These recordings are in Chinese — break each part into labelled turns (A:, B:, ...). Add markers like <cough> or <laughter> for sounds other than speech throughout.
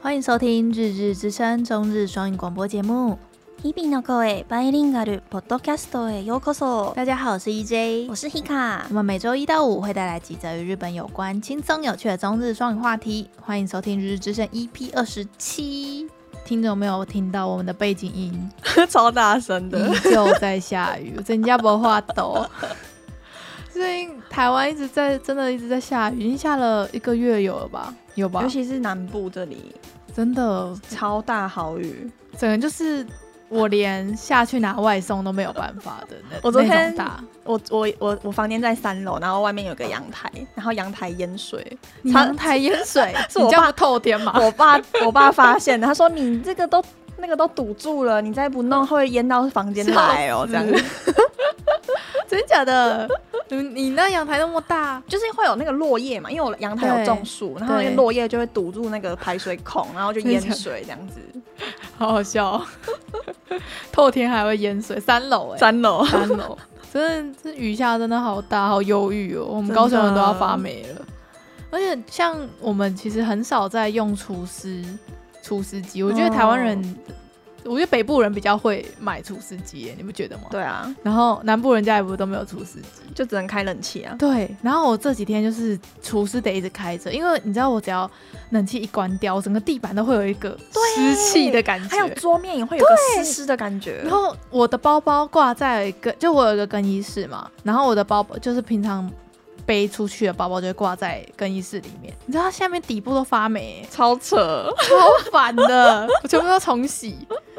A: 欢迎收听《日日之声》中日双语广播节目。
B: 日々の声バイリンガルポッドキャストへようこそ。
A: 大家好，我是 EJ，
B: 我是 Hika
A: 我。们每周一到五会带来几则与日本有关、轻松有趣的中日双语话题。欢迎收听《日日之声》EP 二十七。听众没有听到我们的背景音，
B: <laughs> 超大声
A: 依，旧在下雨，人家不话抖。 <laughs> 最近台湾一直在，真的一直在下雨，已经下了一个月有了吧？有吧
B: <laughs> 尤？其是南部这里
A: 真的，
B: 超大豪雨。
A: 整个就是我连下去拿外送都没有办法的那
B: 我昨天
A: 那种大，
B: 我我我我房间在三楼，然后外面有个阳台，然后阳台淹 <laughs> 水。
A: 你
B: 他
A: 阳台淹水，
B: <laughs> 是
A: 你
B: 我
A: 这样
B: 爸
A: 不透天
B: <laughs>
A: 吗？
B: 我爸我爸发现了，他说你这个都那个都堵住了，你再不弄会淹到房间来 <laughs> 哦，这样
A: 笑死，嗯真假的？你你那阳台那么大，
B: 就是会有那个落叶嘛，因为我阳台有种树，然后那个
A: 对
B: 落叶就会堵住那个排水孔，然后就淹水这样子。
A: 好好笑、哦， <laughs> 透天还会淹水，三楼
B: <laughs>
A: 哎、
B: 三楼，
A: 三楼，真的这雨下真的好大，好忧郁哦，我们
B: 真的
A: 高雄人都要发霉了。而且像我们其实很少在用除湿除湿机，我觉得
B: 哦
A: 台湾人，我觉得北部人比较会买除湿机耶，你不觉得吗？。
B: 对啊，
A: 然后南部人家也不是都没有除湿机。
B: 就只能开冷气啊。
A: 对，然后我这几天就是除湿得一直开着，因为你知道我只要冷气一关掉，整个地板都会有一个湿气的感觉，
B: 还有桌面也会有个湿湿的感觉
A: 然。后我的包包挂在一个，就我有一个更衣室嘛，然后我的包包就是平常背出去的包包就会挂在更衣室里面，你知道它下面底部都发霉、欸
B: 超扯，
A: 超烦
B: <laughs>
A: 的，我全部都重洗。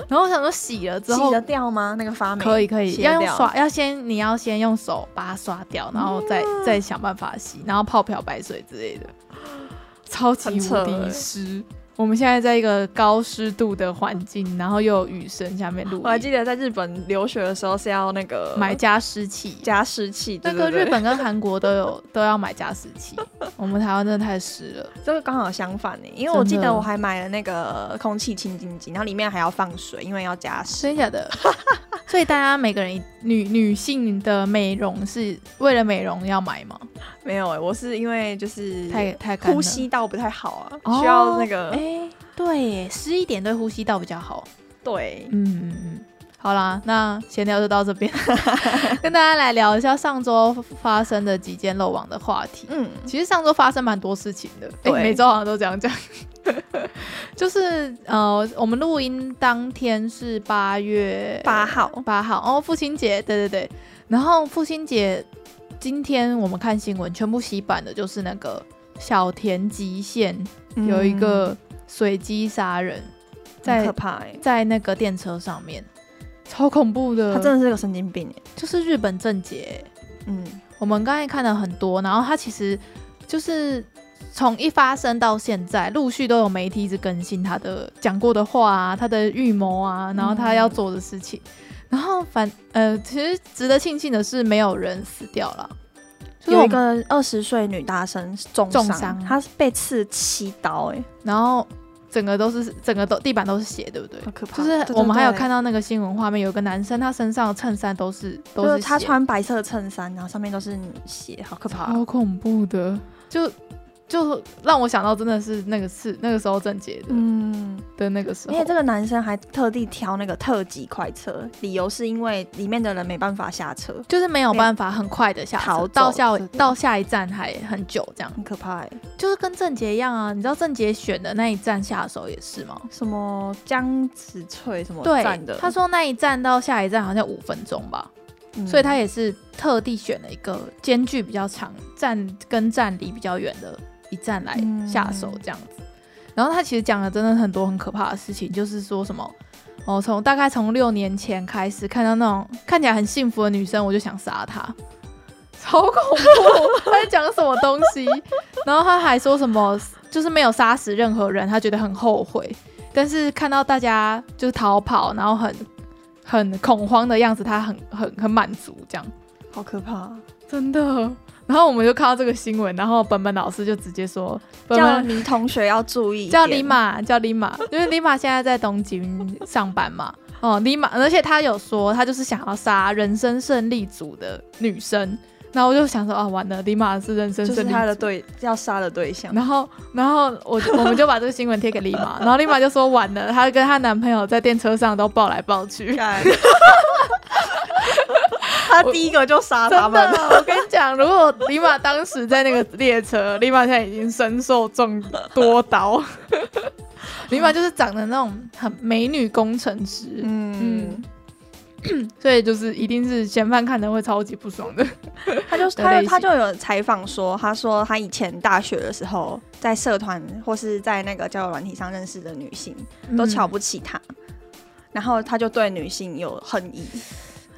A: 然后我想说洗了之
B: 洗
A: 后
B: 得掉吗？那个发霉
A: 可以可以，
B: 洗得
A: 要用
B: 掉
A: 刷，要先你要先用手把它刷掉，然后再、
B: 嗯
A: 再想办法洗，然后泡漂白水之类的，超级
B: 很扯
A: 无敌
B: 欸
A: 湿。我们现在在一个高湿度的环境，然后又有雨声，下面录
B: 我还
A: 音
B: 记得在日本留学的时候是要那个
A: 买加湿器，
B: 加湿器，
A: 那
B: 对
A: 个
B: 对对
A: 日本跟韩国都有都要买加湿器，我们台湾真的太湿了。
B: 这个刚好相反呢，因为我记
A: 真的
B: 得我还买了那个空气清净机，然后里面还要放水，因为要加湿。
A: 真的假的？ <laughs> 所以大家每个人一女女性的美容是为了美容要买吗？
B: 没有哎，我是因为就是
A: 太太干了
B: 呼吸道不太好啊，
A: 哦
B: 需要那个
A: 哎、对耶，湿一点对呼吸道比较好。
B: 对
A: 嗯嗯嗯，好啦，那闲聊就到这 <laughs> 边，跟大家来聊一下上周发生的几件漏网的话题。
B: 嗯
A: 其实上周发生蛮多事情的，诶
B: 对
A: 每周好像都这样讲。 <laughs> 就是呃，我们录音当天是八月
B: 八号
A: 八号哦，父亲节，对对对。然后父亲节今天我们看新闻，全部洗版的就是那个小田急线有一个随机杀人，
B: 嗯很可
A: 在
B: 怕哎，
A: 在那个电车上面，超恐怖的，
B: 他真的是个神经病哎，
A: 就是日本正解。
B: 嗯
A: 我们刚才看了很多，然后它其实就是从一发生到现在，陆续都有媒体一直更新他的讲过的话啊，他的预谋
B: 嗯
A: 啊，然后他要做的事情。然后反呃，其实值得庆幸的是，没有人死掉了。就是
B: 有
A: 我
B: 一
A: 们，
B: 个二十岁女大生重
A: 重伤
B: 伤，她是被刺七刀哎，
A: 然后整个都是整个都地板都是血，对不对？
B: 好可怕。
A: 就是
B: 对
A: 我们还有。
B: 对对
A: 看到那个新闻画面，有个男生他身上的衬衫都是都
B: 就是是他
A: 血
B: 穿白色的衬衫，然后上面都是血，好可怕
A: 好
B: 哦！
A: 恐怖的，就就让我想到真的是那个是那个时候郑杰的、
B: 嗯，
A: 的那个时
B: 而
A: 候
B: 且，这个男生还特地挑那个特级快车，理由是因为里面的人没办法下车，
A: 就是没有办法很快的下
B: 逃
A: 车，
B: 走
A: 到下
B: 对对对
A: 到下一站还很久这样，
B: 很可怕哎。
A: 就是跟郑杰一样啊，你知道郑杰选的那一站下手也是吗？
B: 什么江子翠什么
A: 对
B: 站的，，
A: 他说那一站到下一站好像五分钟吧，
B: 嗯
A: 所以他也是特地选了一个间距比较长、站跟站离比较远的一站来
B: 嗯
A: 下手这样子。然后他其实讲了真的很多很可怕的事情，就是说什么哦，从大概从六年前开始看到那种看起来很幸福的女生，我就想杀她， <laughs> 超恐怖！他在讲什么东西？ <laughs> 然后他还说什么就是没有杀死任何人，他觉得很后悔，但是看到大家就是逃跑，然后很很恐慌的样子，他很很很满足这样。
B: 好可怕，
A: 真的。然后我们就看到这个新闻，然后本本老师就直接说，本
B: 叫
A: 本
B: 李同学要注意一点，
A: 叫李马，叫李马， <laughs> 因为李马现在在东京上班嘛。哦，李马，而且他有说，他就是想要杀人生胜利组的女生。然后我就想说，啊，完了，李马是人生
B: 就是
A: 胜利
B: 他
A: 组
B: 的对要杀的对象。
A: 然后，然后我我们就把这个新闻贴给丽玛，然后丽玛就说完了，她跟她男朋友在电车上都抱来抱
B: <laughs>
A: 去。
B: 干他第一个就杀他
A: <laughs> 真
B: 们，
A: 的，我跟你讲，如果李玛当时在那个列车，李玛现在已经身受众多刀。 <laughs> 李玛就是长得那种很美女工程师，
B: 嗯，
A: 所以就是一定是嫌犯看的会超级不爽 <laughs> 的。
B: 他就
A: 的
B: 他
A: 类型
B: 他就有采访说，他说他以前大学的时候，在社团或是在那个交友软体上认识的女性，都瞧不起他，
A: 嗯
B: 然后他就对女性有恨意，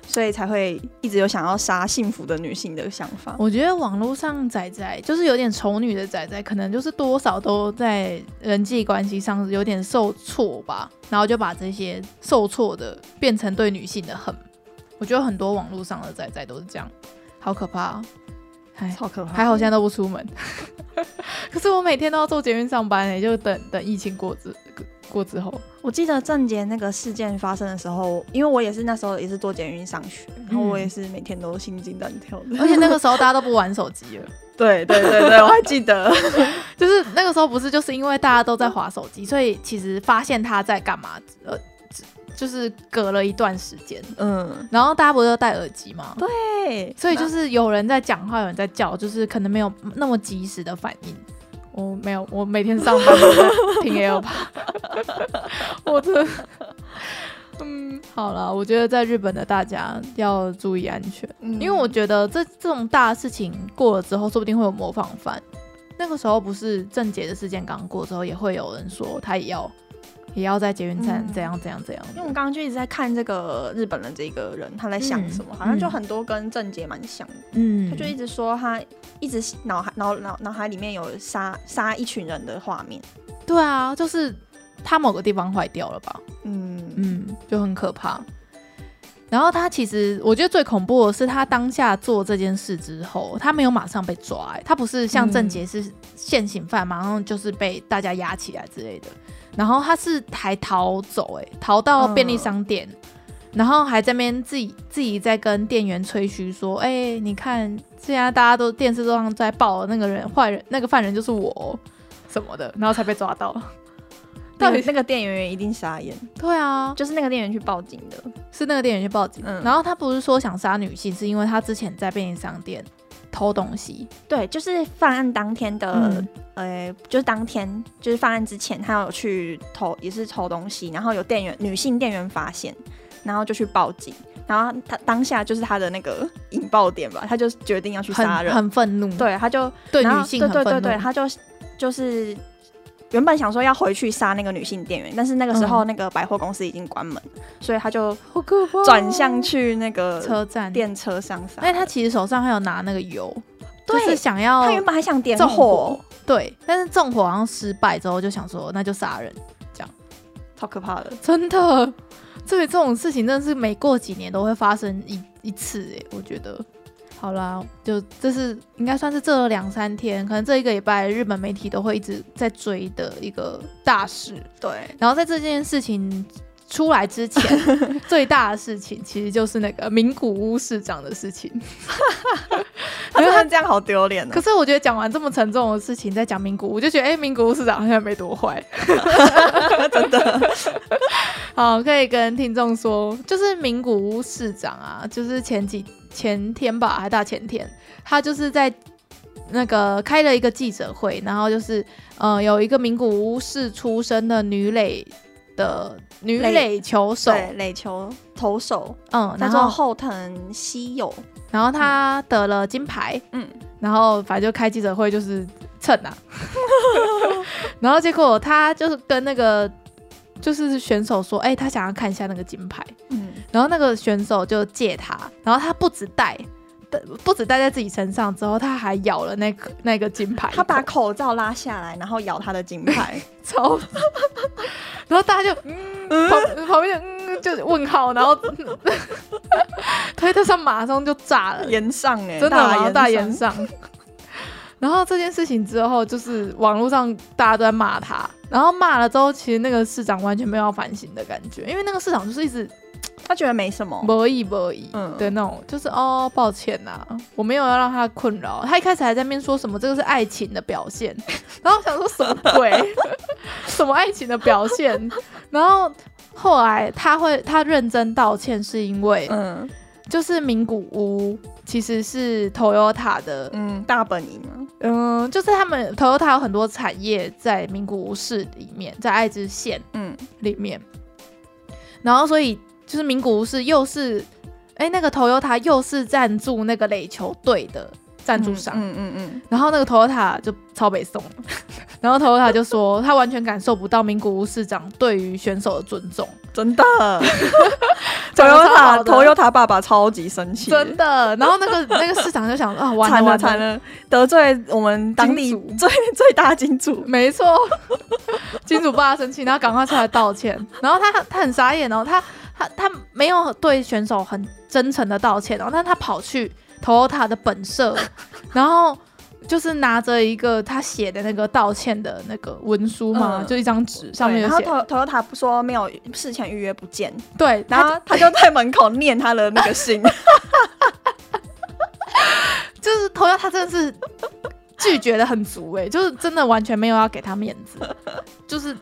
B: 所以才会一直有想要杀幸福的女性的想法。
A: 我觉得网络上仔仔就是有点丑女的仔仔，可能就是多少都在人际关系上有点受挫吧，然后就把这些受挫的变成对女性的恨。我觉得很多网络上的仔仔都是这样，好可怕、哦！哎，
B: 超可怕
A: 还好现在都不出门。 <laughs> 可是我每天都要坐捷运上班、欸，就等等疫情过之过之后，
B: 我记得郑杰那个事件发生的时候，因为我也是那时候也是坐捷运上学，然后我也是每天都心惊胆跳的。
A: <laughs> 而且那个时候大家都不玩手机了。
B: 对对对对，我还
A: <laughs>
B: 记得。
A: 就是那个时候不是就是因为大家都在划手机，所以其实发现他在干嘛，呃，只就是隔了一段时间，
B: 嗯，
A: 然后大家不是都戴耳机吗？
B: 对，
A: 所以就是有人在讲话，有人在叫，就是可能没有那么及时的反应。我没有，我每天上班都在听 AirPod，我真的，嗯，好了，我觉得在日本的大家要注意安全。
B: 因
A: 因为我觉得这这种大事情过了之后，说不定会有模仿犯。那个时候不是郑杰的事件刚过之后，也会有人说他也要也要在捷运站
B: 嗯
A: 怎样怎样怎样
B: 因为我们刚刚就一直在看这个日本的这个人，他在想什么，
A: 嗯
B: 好像就很多跟郑杰蛮像的。
A: 嗯
B: 他就一直说他一直脑海脑脑脑海里面有杀杀一群人的画面。
A: 对啊，就是他某个地方坏掉了吧？
B: 嗯，
A: 嗯，就很可怕。然后他其实，我觉得最恐怖的是，他当下做这件事之后，他没有马上被抓、欸他不是像郑杰是现行犯，马上就是被大家压起来之类的。然后他是还逃走、欸，逃到便利商店，然后还在那边自己自己在跟店员吹嘘说：“哎、你看现在大家都电视上在报那个人坏人，那个犯人就是我哦、什么的，然后才被抓到。
B: 那
A: 到
B: 个
A: 底是
B: 那个店员一定傻眼，
A: <laughs> 对啊，
B: 就是那个店员去报警的。
A: 是那个店员去报警。
B: 嗯
A: 然后他不是说想杀女性，是因为他之前在便利商店偷东西。
B: 对，就是犯案当天的
A: 嗯，
B: 呃，就是当天，就是犯案之前，他有去偷，也是偷东西，然后有店员女性店员发现，然后就去报警，然后他当下就是他的那个引爆点吧，他就决定要去杀
A: 很
B: 人，
A: 很愤怒，
B: 对，他就
A: 对
B: 然后
A: 女性
B: 对
A: 很
B: 对对
A: 愤
B: 对，
A: 怒。
B: 他就就是原本想说要回去杀那个女性店员，但是那个时候那个百货公司已经关门，所以他就
A: 好可嗯怕哦
B: 转向去那个
A: 车哎站。
B: 电车上杀
A: 而且
B: 人。
A: 他其实手上还有拿那个油，
B: 对
A: 就是想要
B: 他原本还想点
A: 哦纵
B: 火，，
A: 对，但是纵火好像失败之后就想说那就杀人，
B: 超可怕的。
A: 真的，对这种事情真的是每过几年都会发生一一次哎、我觉得。好啦，就这是应该算是这两三天，可能这一个礼拜日本媒体都会一直在追的一个大事。
B: 对，
A: 然后在这件事情出来之前，最大的事情其实就是那个名古屋市长的事情。
B: 他真的这样好丢脸哦呢
A: 可。是我觉得讲完这么沉重的事情，再讲名古屋，我就觉得哎、名古屋市长好像没多坏，真
B: <laughs>
A: 的。好，可以跟听众说，就是名古屋市长啊，就是前几前天吧，还大前天，他就是在。那个开了一个记者会，然后就是，呃，有一个名古屋市出身的女垒的女
B: 垒
A: 垒球手，
B: 对，垒球投手
A: 嗯，
B: 叫
A: 然
B: 做
A: 后
B: 后藤希友，
A: 然后她得了金牌，
B: 嗯，
A: 然后反正就开记者会就是蹭
B: <laughs>
A: 啊，然后结果他就是跟那个就是选手说，哎、他想要看一下那个金牌，
B: 嗯，
A: 然后那个选手就借他，然后他不止戴，不止戴在自己身上之后，他还咬了那个那个金牌一口，
B: 他把口罩拉下来，然后咬他的
A: <laughs>
B: 金牌，
A: 超，然后大家就嗯，旁旁边就嗯就是问号，然后 <laughs> 推特上马上就炸了，
B: 延上哎，
A: 真的
B: 大
A: 吗？大
B: 延
A: 言
B: 上
A: 上。然后这件事情之后，就是网络上大家都在骂他，然后骂了之后，其实那个市长完全没有要反省的感觉，因为那个市长就是一直
B: 他觉得没什么，
A: 无意无意
B: 嗯
A: 的那种，就是哦，抱歉呐、我没有要让他困扰。他一开始还在那边说什么这个是爱情的表
B: <laughs>
A: 现，然后我想说什么 <laughs> 鬼，什么爱情的表现？然后后来他会他认真道歉，是因为 <laughs>
B: 嗯
A: 就是名古屋其实是 Toyota 的，
B: 嗯，大本营啊，
A: 嗯，就是他们 Toyota 有很多产业在名古屋市里面，在爱知县。
B: 嗯
A: 里面，然后所以就是名古屋市又是，哎、那个 Toyota 又是赞助那个垒球队的赞助商，
B: 嗯嗯嗯
A: 然后那个 Toyota 就超北宋了， <laughs> 然后 Toyota 就说他完全感受不到名古屋市长对于选手的尊重，
B: 嗯，
A: <laughs>
B: 真的
A: Toyota-
B: ，Toyota Toyota 爸爸超级生气，
A: 真的，然后那个那个市长就想啊，完
B: 惨
A: 了
B: 了
A: 完
B: 惨了，得罪我们当地
A: 金主
B: 最最大金主，
A: 没错， <laughs> 金主爸生气，然后赶快出来道歉。然后他他很傻眼哦，他他他没有对选手很真诚的道歉哦，但他跑去 Toyota 的本
B: <laughs>
A: 社，然后就是拿着一个他写的那个道歉的那个文书嘛，
B: 嗯
A: 就一张纸上
B: 对
A: 面
B: 然
A: 有
B: 后
A: 写，
B: Toy- Toyota 不说没有事前预约不见，
A: 对，
B: 然
A: 然后
B: 后他就在门口念他的那个信，
A: 就是 Toyota 真的是拒绝的很足哎、就是真的完全没有要给他面子，就是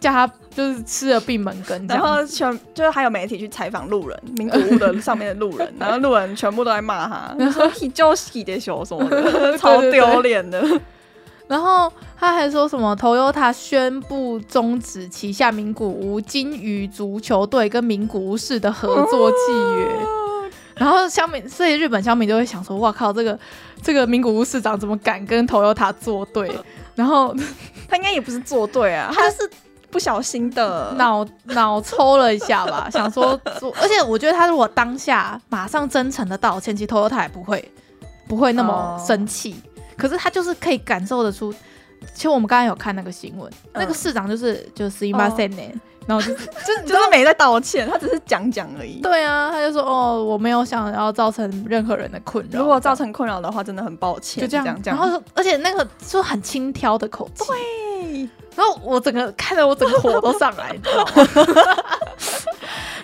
A: 叫他就是吃了闭门羹这
B: 然
A: 样
B: 后全就是还有媒体去采访路人，名古屋的上面的路
A: <laughs>
B: 人，然后路人全部都在骂他，就说 he 就是 he 的球
A: <laughs>
B: 什么的，超丢脸的。
A: 然后他还说什么 Toyota 宣布终止旗下名古屋金鱼足球队跟名古屋市的合作契约。
B: 哦
A: 然后乡民，所以日本乡民就会想说：“哇靠，这个这个名古屋市长怎么敢跟 Toyota 作对？”然后
B: 他应该也不是作对啊，他就是不小心的。
A: 脑脑抽了一下
B: <laughs>
A: 吧，想说做，而且我觉得他如果当下马上真诚的道歉，其实 Toyota 也不会不会那么
B: 哦
A: 生气。可是他就是可以感受得出，其实我们刚刚有看那个新闻，
B: 嗯
A: 那个市长就是就是 s i m a s e n 然后就是
B: 哦就是就是没在道歉，他只是讲讲而
A: <laughs>
B: 已。
A: 对啊，他就说哦，我没有想要造成任何人的困扰，
B: 如果造成困扰的话，真的很抱歉。
A: 就这
B: 这
A: 样，然
B: 样，
A: 后而且那个就很轻佻的口气，
B: 嘿
A: 然后我整个看得我整个火都上来，你知道吗？ <laughs>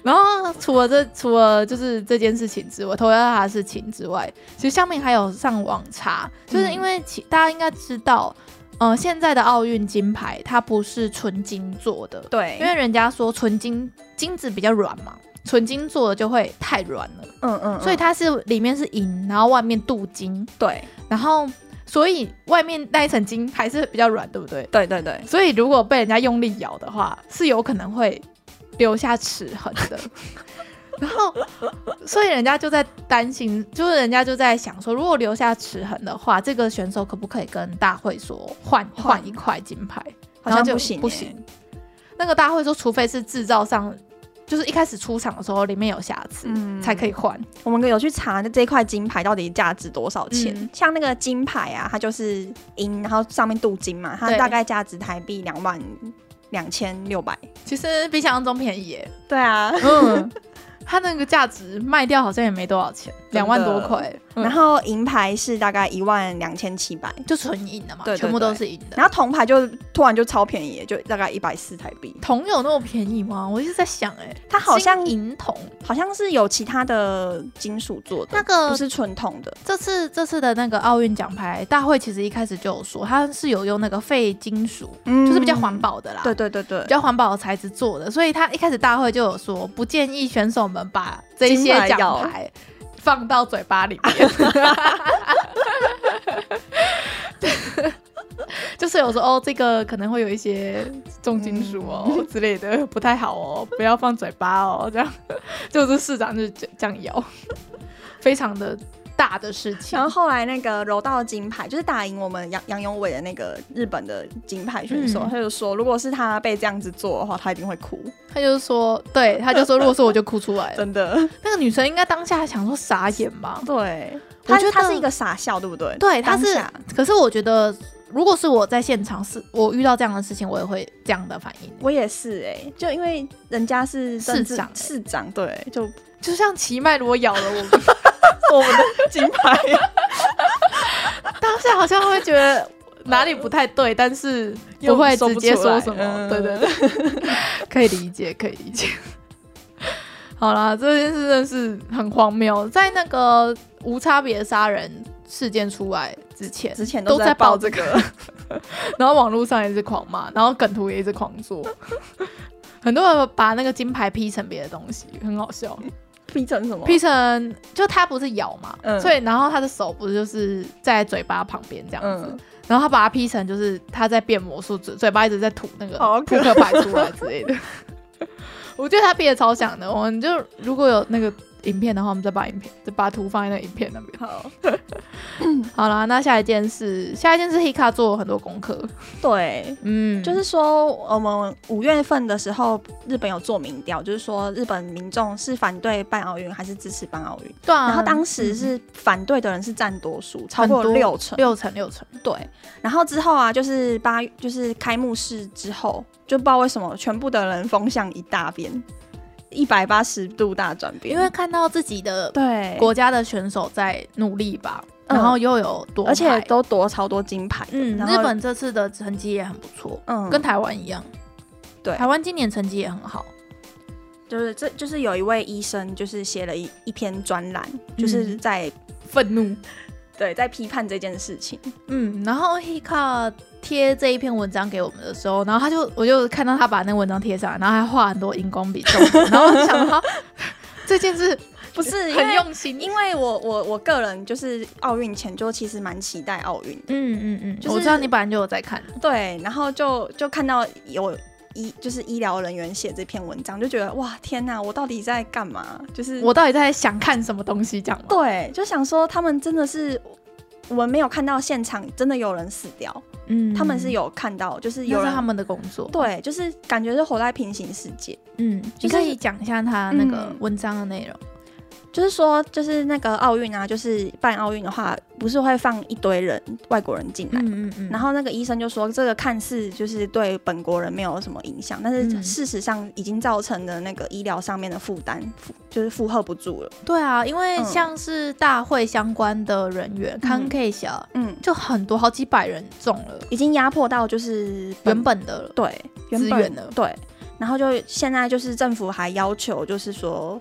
A: 然后除了这除了就是这件事情之外，同样的事情之外，其实下面还有上网查，就是因为其、大家应该知道，呃，现在的奥运金牌它不是纯金做的，
B: 对，
A: 因为人家说纯金金子比较软嘛，纯金做的就会太软了，
B: 嗯嗯嗯
A: 所以它是里面是银，然后外面镀金，
B: 对
A: 然后所以外面那一层金还是比较软，对不对？
B: 对对对，
A: 所以如果被人家用力咬的话，是有可能会留下齿痕
B: <laughs>
A: 的。然后，所以人家就在担心，就是人家就在想说，如果留下齿痕的话，这个选手可不可以跟大会说换
B: 换
A: 换一块金牌？
B: 好
A: 然后
B: 像
A: 就
B: 不行
A: 不
B: 欸
A: 行。那个大会说，除非是制造上，就是一开始出厂的时候里面有瑕疵，
B: 嗯
A: 才可以换。
B: 我们有去查，就这块金牌到底价值多少钱？
A: 嗯
B: 像那个金牌啊，它就是银，然后上面镀金嘛，它
A: 对
B: 大概价值台币两万两千六百。
A: 其实比想象中便宜耶。
B: 对啊，
A: 嗯， <laughs> 它那个价值卖掉好像也没多少钱，
B: 真
A: 两
B: 的
A: 万多块。嗯
B: <laughs> 然后银牌是大概一万两千七百，
A: 就纯银的嘛，
B: 对对
A: 全部都
B: 对
A: 是银的。
B: 然后铜牌就突然就超便宜，就大概一百四台币。
A: 铜有那么便宜吗？我一直在想、欸，哎，
B: 它好像
A: 银铜
B: 好像是有其他的金属做的，
A: 那个
B: 不是纯铜的。
A: 这次这次的那个奥运奖牌大会，其实一开始就有说，它是有用那个废金属，
B: 嗯
A: 就是比较环。保的啦，
B: 对，对对对
A: 比，较环保的材质做的，所以它一开始大会就有说，不建议选手们把这
B: 金
A: 些
B: 牌
A: 奖
B: 咬
A: 牌放到嘴巴里面。 <laughs> 就是有说哦，这个可能会有一些重金属哦、
B: 嗯
A: 之类的，不太好哦，不要放嘴巴哦，这样就是市长就是这样摇，非常的大的事情
B: 然。后后来那个柔道金牌，就是打赢我们杨杨永伟的那个日本的金牌选手，
A: 嗯
B: 他就说，如果是他被这样子做的话，他一定会哭，
A: 他就说，对，他就说，如果是我就哭出
B: <laughs>
A: 来了。
B: 真的。
A: 那个女生应该当下想说傻眼吧？
B: 对，
A: 我
B: 他
A: 觉得
B: 他是一个傻笑，对不对？
A: 对，他
B: 当
A: 是
B: 下，
A: 可是我觉得，如果是我在现场，是我遇到这样的事情，我也会这样的反应。
B: 我也是哎、就因为人家是政治
A: 市长欸
B: 市长对，就
A: 就像奇麦如果咬了我，
B: 我们的金 <laughs> 牌，
A: <laughs> 当下好像会觉得哪里不太对，但是不会直接说什么。 <laughs>
B: 又说不出来嗯
A: 对对对，可以理解，可以理解。好啦，这件事真的是很荒谬。在那个无差别杀人事件出来之前，
B: 之前
A: 都
B: 在
A: 报
B: 报这
A: 个，
B: <laughs> 个，
A: 然后网络上也是狂骂，然后梗图也一直狂做， <laughs> 很多人把那个金牌 P 成别的东西，很好笑。
B: P 成什么？
A: P 成就他不是咬嘛，
B: 嗯
A: 所以然后他的手不是就是在嘴巴旁边这样子，
B: 嗯，
A: 然后他把它 P 成就是他在变魔术，嘴嘴巴一直在吐那个
B: 好
A: 扑克
B: 可
A: 牌出来之类的。 <laughs> 我觉得他 P 的超像的，我们就如果有那个影片的话，我们再把影片再把图放在那个影片那边。
B: 好，
A: 好啦，那下一件事，下一件事 Hika 做了很多功课，
B: 对。
A: 嗯，
B: 就是说，我们五月份的时候，日本有做民调，就是说日本民众是反对办奥运还是支持办奥运。
A: 对啊、
B: 然后当时
A: 嗯
B: 是反对的人是占多数，超过
A: 很多
B: 六成。
A: 六成六成，
B: 对，然后之后啊，就是八月就是开幕式之后，就不知道为什么全部的人风向一大变，一百八十度大转变。
A: 因为看到自己的
B: 对，
A: 国家的选手在努力吧，
B: 嗯
A: 然后又有夺牌，
B: 而且都夺超多金牌的。
A: 嗯，
B: 然
A: 日
B: 后
A: 本这次的成绩也很不错，
B: 嗯，
A: 跟台湾一样，
B: 对
A: 台湾今年成绩也很好。
B: 就是这就是有一位医生就是写了一一篇专栏，就是
A: 嗯
B: 在、
A: 愤怒。
B: 对在批判这件事情。
A: 嗯，然后 Hika 贴这一篇文章给我们的时候，然后他就我就看到他把那文章贴上来，然后还画很多荧光笔
B: <laughs>
A: 重点，然后我就想到这件事
B: 不是因
A: 很
B: 为
A: 用心，
B: 因为我我我个人就是奥运前就其实蛮期待奥运的，
A: 嗯嗯嗯，
B: 就是嗯
A: 我知道你本来就有在看，
B: 对，然后就就看到有医就是医疗人员写这篇文章，就觉得哇天呐，我到底在干嘛？就是
A: 我到底在想看什么东西这样吗？
B: 对，就想说他们真的是。我们没有看到现场真的有人死掉，
A: 嗯
B: 他们是，有看到，就是
A: 那
B: 有
A: 是
B: 人
A: 他们的工作。
B: 对，就是感觉是活在平行世界。
A: 嗯，
B: 就
A: 你
B: 是
A: 可以讲一下他那个
B: 嗯
A: 文章的内容。
B: 就是说，就是那个奥运啊，就是办奥运的话，不是会放一堆人外国人进来，
A: 嗯嗯嗯
B: 然后那个医生就说，这个看似就是对本国人没有什么影响，但
A: 嗯
B: 是事实上已经造成了那个医疗上面的负担，负就是负荷不住了。
A: 对啊，因为
B: 嗯
A: 像是大会相关的人员，看 K 小
B: 嗯，
A: 就很多，好几百人中了
B: 已经压迫到就是
A: 原本的了。
B: 对原
A: 资源
B: 本
A: 了
B: 对，然后就现在就是政府还要求，就是说，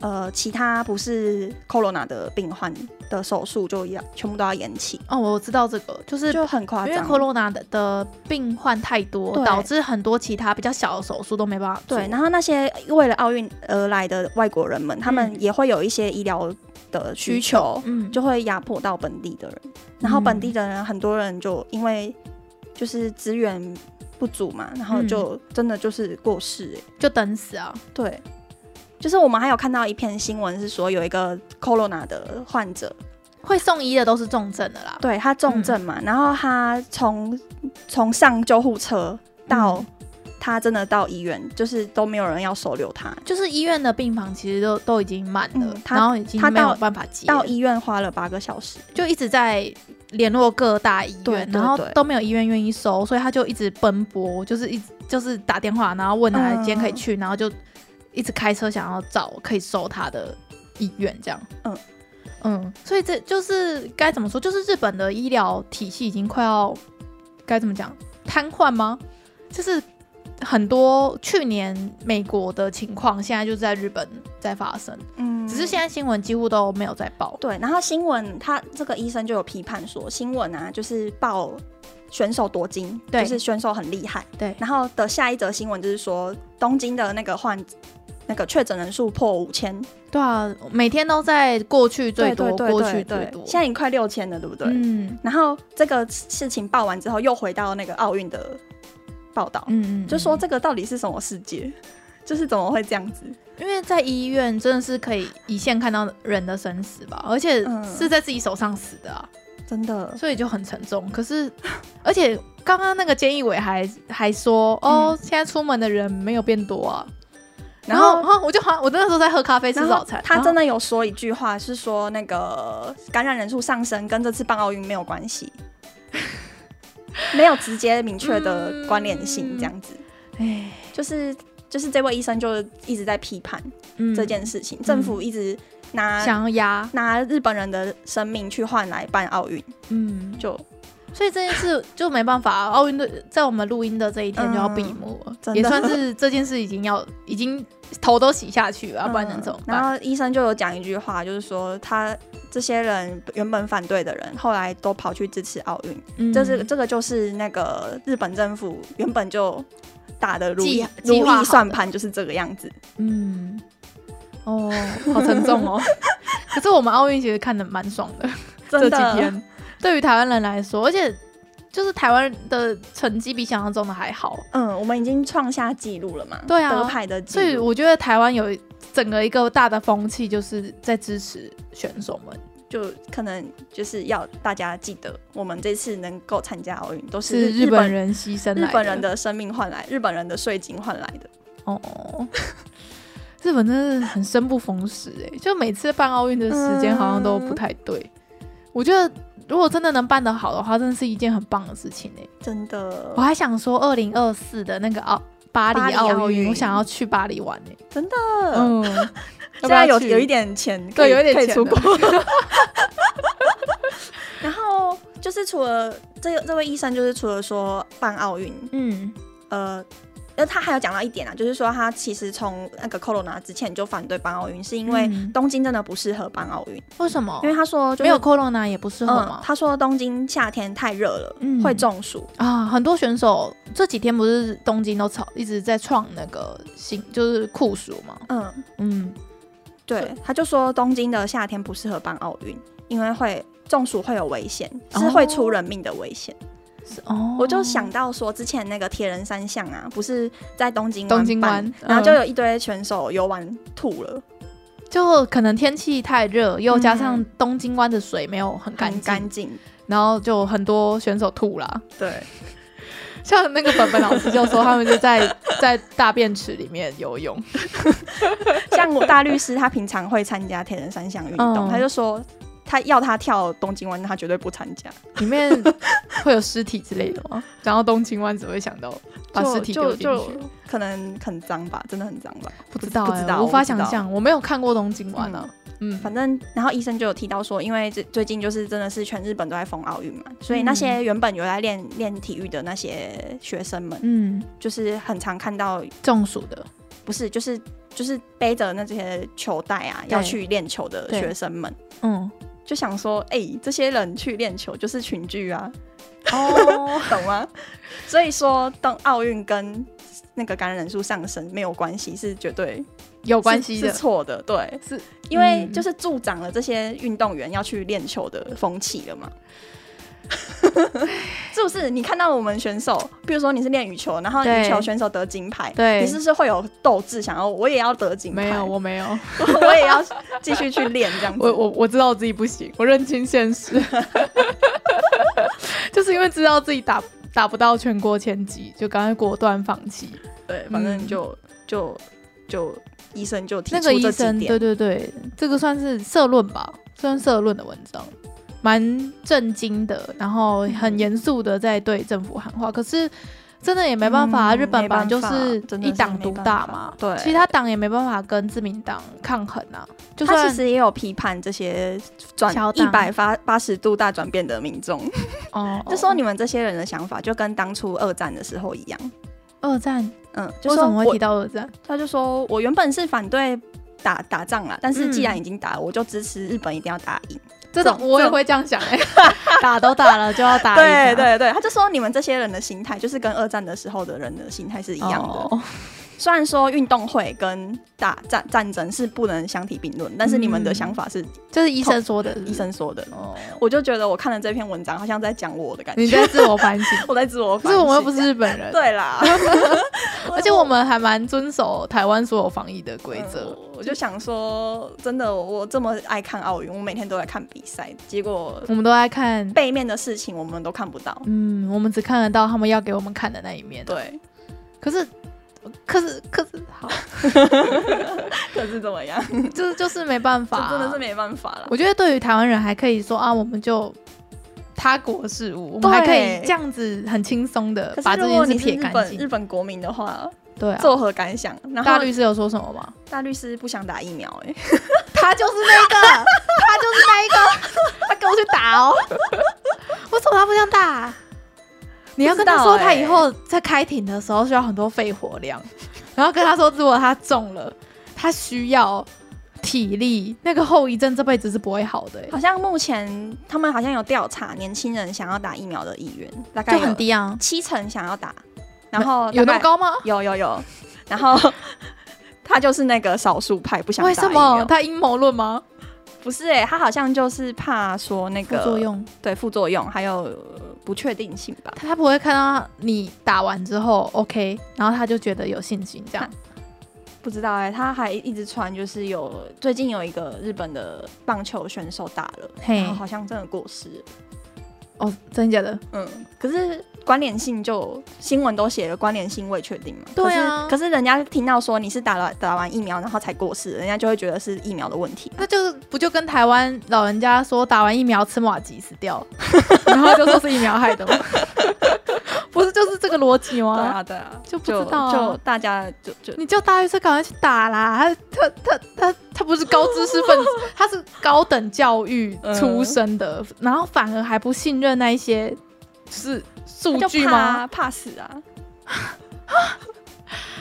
B: 呃，其他不是 corona 的病患的手术就要全部都要延期，
A: 哦，我知道这个，就是
B: 就很夸
A: 因为
B: 张。
A: corona 的的病患太多，
B: 对
A: 导致很多其他比较小的手术都没办法做。
B: 对，然后那些为了奥运而来的外国人们，他们
A: 嗯
B: 也会有一些医疗的需
A: 需
B: 求，
A: 嗯，
B: 就会压迫到本地的人，然后本地的人很多人就因为就是资源不足嘛，然后就真的就是过世、欸
A: 就等死啊。
B: 对，就是我们还有看到一篇新闻是说有一个 corona 的患者，
A: 会送医的都是重症的啦。
B: 对他重症嘛，嗯然后他从从上救护车到、
A: 嗯
B: 他真的到医院，就是都没有人要收留他，
A: 就是医院的病房其实都都已经满了，
B: 嗯他
A: 然后已经
B: 他
A: 没有
B: 到
A: 办法接了，
B: 到医院花了八个小时。
A: 就一直在联络各大医院，
B: 对对
A: 然后
B: 对
A: 都没有医院愿意收，所以他就一直奔波，就是一直就是打电话，然后问他
B: 嗯
A: 今天可以去，然后就一直开车想要找可以收他的医院，这样。
B: 嗯
A: 嗯，所以这就是该怎么说，就是日本的医疗体系已经快要该怎么讲瘫痪吗？就是。很多去年美国的情况，现在就在日本在发生，
B: 嗯，
A: 只是现在新闻几乎都没有在报。
B: 对，然后新闻他这个医生就有批判说，新闻啊就是报选手夺金，
A: 对
B: 就是选手很厉害。
A: 对
B: 然后的下一则新闻就是说，东京的那个患那个确诊人数破五千，
A: 对啊，每天都在过去最
B: 对
A: 多，
B: 对对
A: 过去
B: 对
A: 最
B: 对
A: 多。，
B: 现在已经快六千了，对不对？
A: 嗯
B: 然后这个事情报完之后，又回到那个奥运的报道，
A: 嗯嗯，
B: 就说
A: 嗯，
B: 这个到底是什么世界？ <laughs> 就是怎么会这样子？
A: 因为在医院真的是可以一线看到人的生死吧，而且
B: 嗯
A: 是在自己手上死的啊，
B: 真的，
A: 所以就很沉重。可是， <laughs> 而且刚刚那个监义伟还还说，哦，现在出门的人没有变多啊。然
B: 嗯然
A: 后，
B: 后
A: 然后我就好像我那时候在喝咖啡吃
B: 然后
A: 早餐，哦
B: 他真
A: 的
B: 的有说一句话，是说那个感染人数上升跟这次办奥运没有
A: <laughs>
B: 关系，没有直接明确的关联性，这样子，
A: 哎，
B: 就是就是这位医生就一直在批判
A: 嗯
B: 这件事情，政府一直拿
A: 想要压，
B: 拿日本人的生命去换来办奥运，
A: 嗯，
B: 就
A: 所以这件事就没办法，啊奥运的在我们录音的这一天就要闭幕了，
B: 嗯真的
A: 也算是这件事已经要 <laughs> 已经头都洗下去啊了，不然能怎么
B: 嗯呃然
A: 办？
B: 后医生就有讲一句话，就是说他这些人原本反对的人，后来都跑去支持奥运，
A: 嗯
B: 这是这个就是那个日本政府原本就打的如意
A: 计
B: 如
A: 计划好
B: 意
A: 的
B: 算盘就是这个样子。
A: 嗯，哦，好沉重
B: <laughs>
A: 哦。可是我们奥运其实看的蛮爽的，这
B: 真
A: 几
B: 的
A: 天对于台湾人来说，而且就是台湾的成绩比想象中的还好，
B: <laughs> 嗯，我们已经创下纪录了嘛，
A: 对啊
B: 得牌的
A: 所
B: 纪
A: 以
B: 录，
A: 我觉得台湾有整个一个大的风气，就是在支持选手们。
B: 就可能就是要大家记得，我们这次能够参加奥运都
A: 是
B: 日
A: 日
B: 本
A: 本。人牺牲来
B: 日本人的生命换来，日本人的税金换来的，
A: 哦。日本真的很生不逢时哎、就每次办奥运的时间好像都不太对。我觉得如果真的能办得好的话，真的是一件很棒的事情哎、
B: 真的
A: 我还想说，二零二四的那个奥巴
B: 巴
A: 黎
B: 黎
A: 奥
B: 奥
A: 运，
B: 运
A: 我想要去巴黎玩哎、
B: 真的。
A: 嗯，
B: <laughs>
A: 要不要
B: 现在有
A: 去
B: 有一点钱可
A: 对
B: 以，
A: 有一点
B: 可以
A: 钱
B: 出
A: 了
B: 国。 <laughs> 然后就是除了这这位医生，就是除了说办奥运，
A: 嗯
B: 呃，那他还有讲到一点啊，就是说他其实从那个 corona 之前就反对办奥运，是 <laughs> 因为
A: 嗯
B: 东京真的不适合办奥运，
A: 为什么
B: 因？为他说就
A: 没
B: 是
A: 有 corona 也不适合
B: 嗯
A: 吗，？
B: 他说东京夏天太热了，
A: 嗯
B: 会中暑。
A: 啊，很多选手这几天不是东京都吵一直在创那个新就是酷暑嘛，
B: 嗯，
A: 嗯，
B: 对，他就说东京的夏天不适合办奥运，因为会中暑会有危险，
A: 哦
B: 是会出人命的危险。
A: 是哦，
B: 我就想到说，之前那个铁人三项啊，不是在东京
A: 东京
B: 办
A: 湾，
B: 然
A: 嗯
B: 后就有一堆选手游玩吐了，
A: 就可能天气太热，又加上
B: 嗯
A: 东京湾的水没有很干
B: 很
A: 净，
B: 干净。
A: 然后就很多选手吐啦。 <laughs>
B: 对，
A: 像那个本本老师就说，他们就
B: <laughs>
A: 在在大便池里面游泳。 <laughs>
B: 像我大律师，他平常会参加铁人三项运动，
A: 嗯
B: 他就说他要他跳东京湾，他绝对不参加，
A: 里面会有尸体之类的吗？然后东京湾只会想到把
B: 就
A: 尸体丢
B: 就
A: 进
B: 就
A: 去，
B: 可能很脏吧，真的很脏吧。
A: 不知道、欸，
B: 不知道
A: 无
B: 我
A: 法
B: 不知道
A: 想象，我没有看过东京湾啊。嗯，
B: 反正，然后医生就有提到说，因为最最近就是真的是全日本都在封奥运嘛，所以那些原本有在练练体育的那些学生们，
A: 嗯，
B: 就是很常看到
A: 中暑的，
B: 不是，就是就是背着那些球袋啊，
A: 对
B: 要去练球的学生们，
A: 嗯，
B: 就想说，哎、这些人去练球就是群聚啊，
A: 哦，
B: <laughs> 懂吗？所以说，当奥运跟那个感染人数上升没有关系，是绝对
A: <laughs> 有
B: 有
A: 关系
B: 是
A: 的，
B: 错的，对，
A: 是
B: 因为
A: 嗯
B: 就是助长了这些运动员要去练球的风气了嘛。 <laughs> 是不是？你看到我们选手，比如说你是练羽球，然后
A: 对
B: 羽球选手得金牌，
A: 对
B: 你是不是会有斗志，想要我也要得金牌？
A: 没
B: <laughs>
A: 有，我没有，
B: 我也要继续去练这样子。
A: <laughs> 我我我知道我自己不行，我认清现实， <laughs> 就是因为知道自己打打不到全国前几，就赶快果断放弃。
B: 对，反正就、就就医生就提
A: 那
B: 出
A: 个医
B: 这
A: 生，
B: 几
A: 对
B: 点，
A: 对对，这个算是社论吧，算社论的文章，蛮震惊的，然后很严肃的在对政府喊话，可是。真的也没办法，啊
B: 嗯
A: 日本
B: 没
A: 本来
B: 办
A: 就
B: 法
A: 是
B: 真的
A: 一
B: 是
A: 党
B: 没
A: 独
B: 办
A: 大
B: 法
A: 嘛，
B: 对
A: 其他党也没办法跟自民党抗衡啊。就
B: 他
A: 算
B: 其实也有批判这些转
A: 小
B: 一
A: 党
B: 百八八十度大转变的民众，
A: 哦，
B: 就说你们这些人的想法就跟当初二战的时候一样。
A: 二战
B: 嗯，就
A: 为
B: 说
A: 什么会
B: 我
A: 提到二战？
B: 他就说我原本是反对。打打仗啊啦，
A: 嗯
B: 但是既然已经打了，我就支持日本一定要打赢。
A: 这
B: 这
A: 种
B: 种
A: 我也
B: 这种
A: 会这样想
B: <laughs>
A: 哎、打都打了就要打
B: 对
A: 赢，
B: 对对，他就说你们这些人的心态就是跟二战的时候的人的心态是一
A: 一
B: 样的。虽然说运动会跟打战战争是不能相提并论，但是你们的
A: 嗯
B: 想法是
A: 就是医生说的是不是
B: 哦医生说的。
A: 哦，
B: 我就觉得我看了这篇文章，好像在讲我的感
A: <laughs> 你
B: 觉，
A: 在自我反
B: <laughs>
A: 省，
B: 我在自我
A: 可
B: 反
A: 是
B: 省。
A: 我们又不是日本人，
B: 对啦，
A: <laughs> 而且我
B: <laughs>
A: 们还蛮遵守台湾所有防疫的规则
B: 嗯。我就想说，真的，我这么爱看奥运，我每天都在看比赛，结果
A: 我们都在看，
B: 背面的事情我们都看不到。
A: 嗯，我们只看得到他们要给我们看的那一面。，
B: 对，
A: 可是，可是，可是，好，
B: 可是怎么样？
A: 这就是没办
B: <laughs> 这
A: 法，啊
B: 真的是。没办法了。
A: 我觉得对于台湾人还可以说啊，我们就他国事务，我们还可以
B: 对
A: 这样子很轻松的
B: 可
A: 把
B: 是
A: 这
B: 如果
A: 件
B: 你
A: 事
B: 是
A: 撇
B: 日
A: 干
B: 本日
A: 净。
B: 本国民的话，
A: 对啊，
B: 作何感想？然后
A: 大律师有说什么吗？
B: 大律师不想打疫苗、欸，哎，
A: <laughs> 他就是那个，他就是那一个，他跟我去打哦。为什么他不这样打、你要跟他说，他以后在开庭的时候需要很多肺活量，然后跟他说，如果他中了，他需要体力，那个后遗症这辈子是不会好的、欸
B: 好像目前他们好像有调查年轻人想要打疫苗的意愿，大概
A: 就
B: 有
A: 很，低啊。
B: 七成想要打，然后
A: 有那
B: 大
A: 么
B: 概
A: 高吗？
B: 有有有，然后 <laughs> 他就是那个少数派不想打
A: 为
B: 疫苗
A: 什么？他阴谋论吗？
B: 不是哎、他好像就是怕说那
A: 副
B: 个
A: 作用，
B: 对副作用还有呃不确定性吧。
A: 他不会看到你打完之后 OK，然后他就觉得有信心这样。
B: 不知道哎、他还一直传，就是有最近有一个日本的棒球选手打了，
A: 嘿
B: 然后好像真的过世了。
A: 哦，真的假的？
B: 嗯，可是关联性就新闻都写了，关联性未确定嘛。
A: 对啊
B: 可是可是人家听到说你是打了打完疫苗然后才过世，人家就会觉得是疫苗的问题。
A: 那就是不就跟台湾老人家说打完疫苗吃马吉死
B: <laughs>
A: 掉，然后就说是疫苗害的吗？不是，就是这个逻辑吗？，
B: 对啊，
A: 哦就不
B: 就
A: 知道啊
B: 就大家就就
A: 你叫大学生赶快去打啦！他他他他他不是高知识
B: <laughs>
A: 分子，他是高等教育出身的，
B: 嗯
A: 然后反而还不信任那一些就是数
B: 就
A: 据
B: 怕
A: 吗？
B: 啊怕死啊！ <laughs>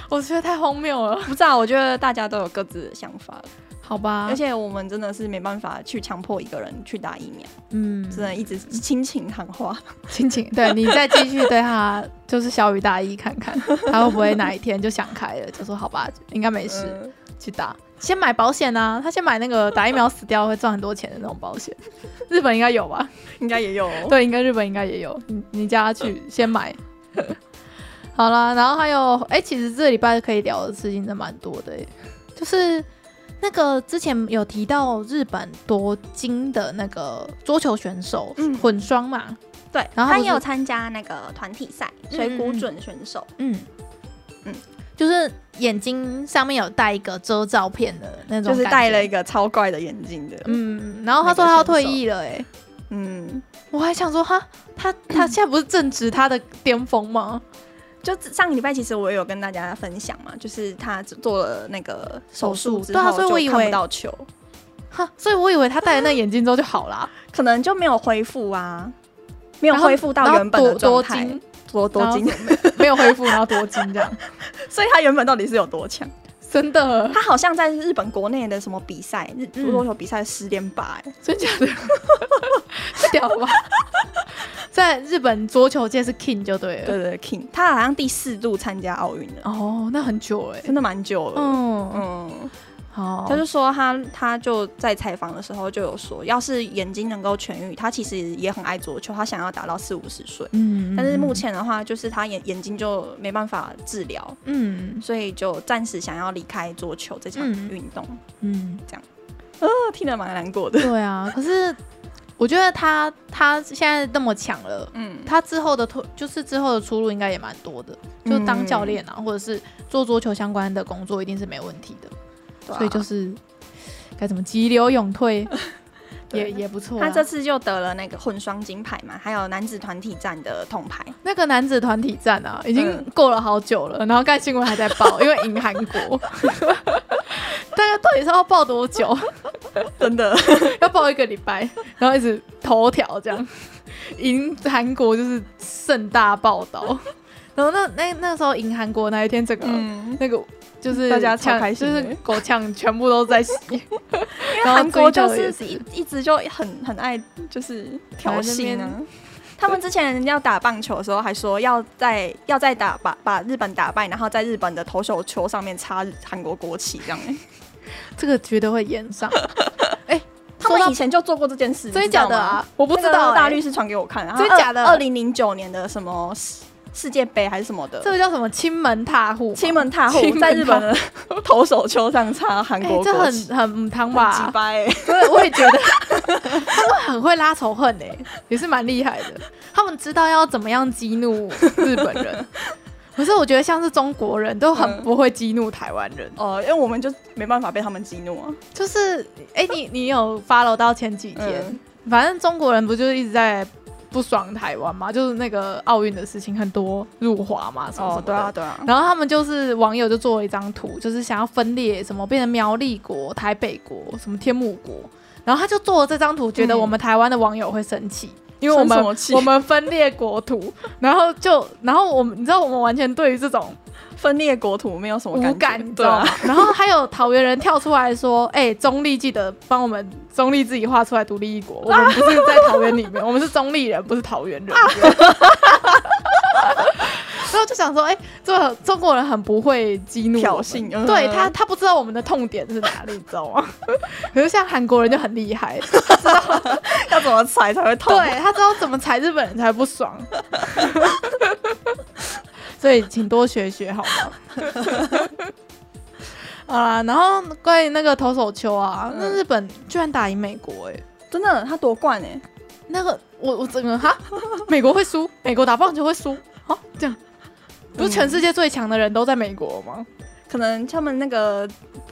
A: 我觉得太荒谬了，
B: 不知道，我觉得大家都有各自的想法，
A: 好吧？
B: 而且我们真的是没办法去强迫一个人去打疫苗，
A: 嗯，
B: 只能一直亲情喊话。
A: 亲情，对你再继续对他就是小雨大意看
B: <laughs>
A: 看，他会不会哪一天就想开了，就说好吧，应该没事，
B: 嗯
A: 去打。先买保险啊，他先买那个打疫苗死掉会赚很多钱的那种保险， <laughs> 日本应该有吧？
B: 应该也有。
A: 对，应该日本应该也有，你你叫他
B: 嗯
A: 去先买。 <laughs> 好啦，然后还有，哎、其实这礼拜可以聊的事情真的蛮多的、欸，就是那个之前有提到日本夺金的那个桌球选手、
B: 嗯
A: 混双嘛，
B: 对，
A: 然后
B: 他
A: 不
B: 也
A: 是
B: 有参加那个团体赛，水谷准选手。
A: 嗯
B: 嗯
A: 就是眼睛上面有戴一个遮罩片的那种，
B: 就是戴了一，个超怪的眼镜的，嗯
A: 嗯，然后他说他要退役了、哎，
B: 嗯，
A: 我还想说哈，他他现在不是正值他的巅峰吗？
B: 嗯就上个礼拜其实我也有跟大家分享嘛，就是他做了那个手术之
A: 对啊
B: 后
A: 所以我以
B: 就看
A: 为
B: 不到球，
A: 哈，所以我以为他戴了那眼镜之后就好啦，
B: 可能就没有恢复啊，没有
A: 然后
B: 恢复
A: 然
B: 到
A: 后
B: 原本的
A: 多多
B: 状态，
A: 金
B: 多多 <laughs> 金，
A: 没有恢复，然后多金这样，
B: 所以他原本到底是有多强？
A: 真的，
B: 他好像在日本国内的什么比赛，日
A: 嗯
B: 桌球比赛十连八，哎，
A: 真假的， <laughs> 太屌了吧？在日本桌球界是 king 就对了，
B: 对对对，King，他好像第四度参加奥运了，
A: 哦，那很久哎、
B: 真的蛮久了，
A: 嗯，
B: 嗯。
A: 好，
B: 他就说他他就在采访的时候就有说，要是眼睛能够痊愈，他其实也很爱足球，他想要打到四五十岁。
A: 嗯，
B: 但是目前的话，就是他眼眼睛就没办法治疗，
A: 嗯，
B: 所以就暂时想要离开桌球这项
A: 嗯
B: 运动。
A: 嗯嗯，
B: 那、听了蛮难过的。
A: 对
B: <laughs>
A: 啊，可是我觉得他他现在那么强了。
B: 嗯，
A: 他之后的突就是之后的出路应该也蛮多的，就
B: 嗯
A: 当教练啊，或者是做桌球相关的工作，一定是没问题的。
B: 对啊
A: 所以就是该怎么急流勇
B: <laughs>
A: 退，也
B: 对
A: 也不错啊、
B: 他这次就得了那个混双金牌嘛，还有男子团体战的铜牌。
A: 那个男子团体战啊，已经
B: 嗯
A: 过了好久了，然后盖新闻还在报，因为赢韩
B: <laughs>
A: 国。大家到底是要报多久？
B: 真的，
A: <laughs> 要报一个礼拜，然后一直头条这样，赢韩国就是盛大报道。然后那那那时候赢韩国那一天，整个、
B: 嗯，
A: 那个就是
B: 大家超
A: 呛
B: 开心
A: 就
B: 的
A: 是狗呛，全部都在洗。
B: <laughs> 因为
A: 然后
B: 韩国
A: 追
B: 就
A: 到也
B: 是一一直就很很爱就是挑衅
A: 来那
B: 啊。他们之前要打棒球的时候，还说要在要在打把把日本打败，然后在日本的投手球上面插韩国国旗这样、欸。
A: 这个绝对会演上。哎、
B: 他
A: 说到
B: 们以前就做过这件事，
A: 真的
B: 你知道
A: 假的
B: 吗
A: 啊我不知道
B: 那个
A: 欸
B: 大律师传给我看，
A: 真的假的
B: 二零零九年的什么世世界杯还是什么的
A: 这，个叫什么亲门踏户嘛？
B: 亲门踏户
A: 亲门踏
B: 在日本的投手球上插韩
A: 哎、
B: 国
A: 这
B: 国
A: 很
B: 旗，
A: 很母汤
B: 鸡
A: 吧？
B: 掰欸、
A: 对，我也觉得他们很会拉仇恨哎、也是蛮厉害的。他们知道要怎么样激怒日本人，可是我觉得像是中国人都很
B: 嗯
A: 不会激怒台湾人。
B: 哦、因为我们就没办法被他们激怒啊。
A: 就是哎、你你有 follow 到前几天？
B: 嗯
A: 反正中国人不就是一直在不爽台湾嘛，就是那个奥运的事情很多入华嘛，什么什么
B: 哦，
A: 的
B: 对啊，。对啊，
A: 然后他们就是网友就做了一张图，就是想要分裂什么变成苗栗国、台北国、什么天目国，然后他就做了这张图，觉得我们台湾的网友会生气，因为我
B: 生什
A: 们
B: 么气
A: 我们分裂国土，然后就然后我们你知道我们完全对于这种
B: 分裂国土没有什么
A: 无
B: 感
A: 感，
B: 觉
A: 你知
B: 对
A: 道
B: 啊
A: 吗，？然后还有桃园人跳出来说：“哎、中立记得帮我们中立自己画出来独立一
B: <laughs>
A: 国，我们不是在桃园里面，我们是中立人，不是桃园人。”然后就想说，哎、这中国人很不会激怒我
B: 挑
A: 们
B: 衅嗯
A: 对他他不知道我们的痛点是哪里，你知道吗？ <laughs> 可是像韩国人就很厉害，他知道
B: 要怎么踩才会痛？
A: 对他知道怎么踩日本人才不 <laughs> 爽，所以请多学学好吗？ <laughs> 好啦，然后关于那个投手球啊，那
B: 嗯
A: 日本居然打赢美国哎、
B: 真的，他夺冠哎、
A: 那个我我整个哈， <laughs> 美国会输，美国打棒球会输，好这样，不是全世界最强的人都在美国吗？
B: 可能他们那个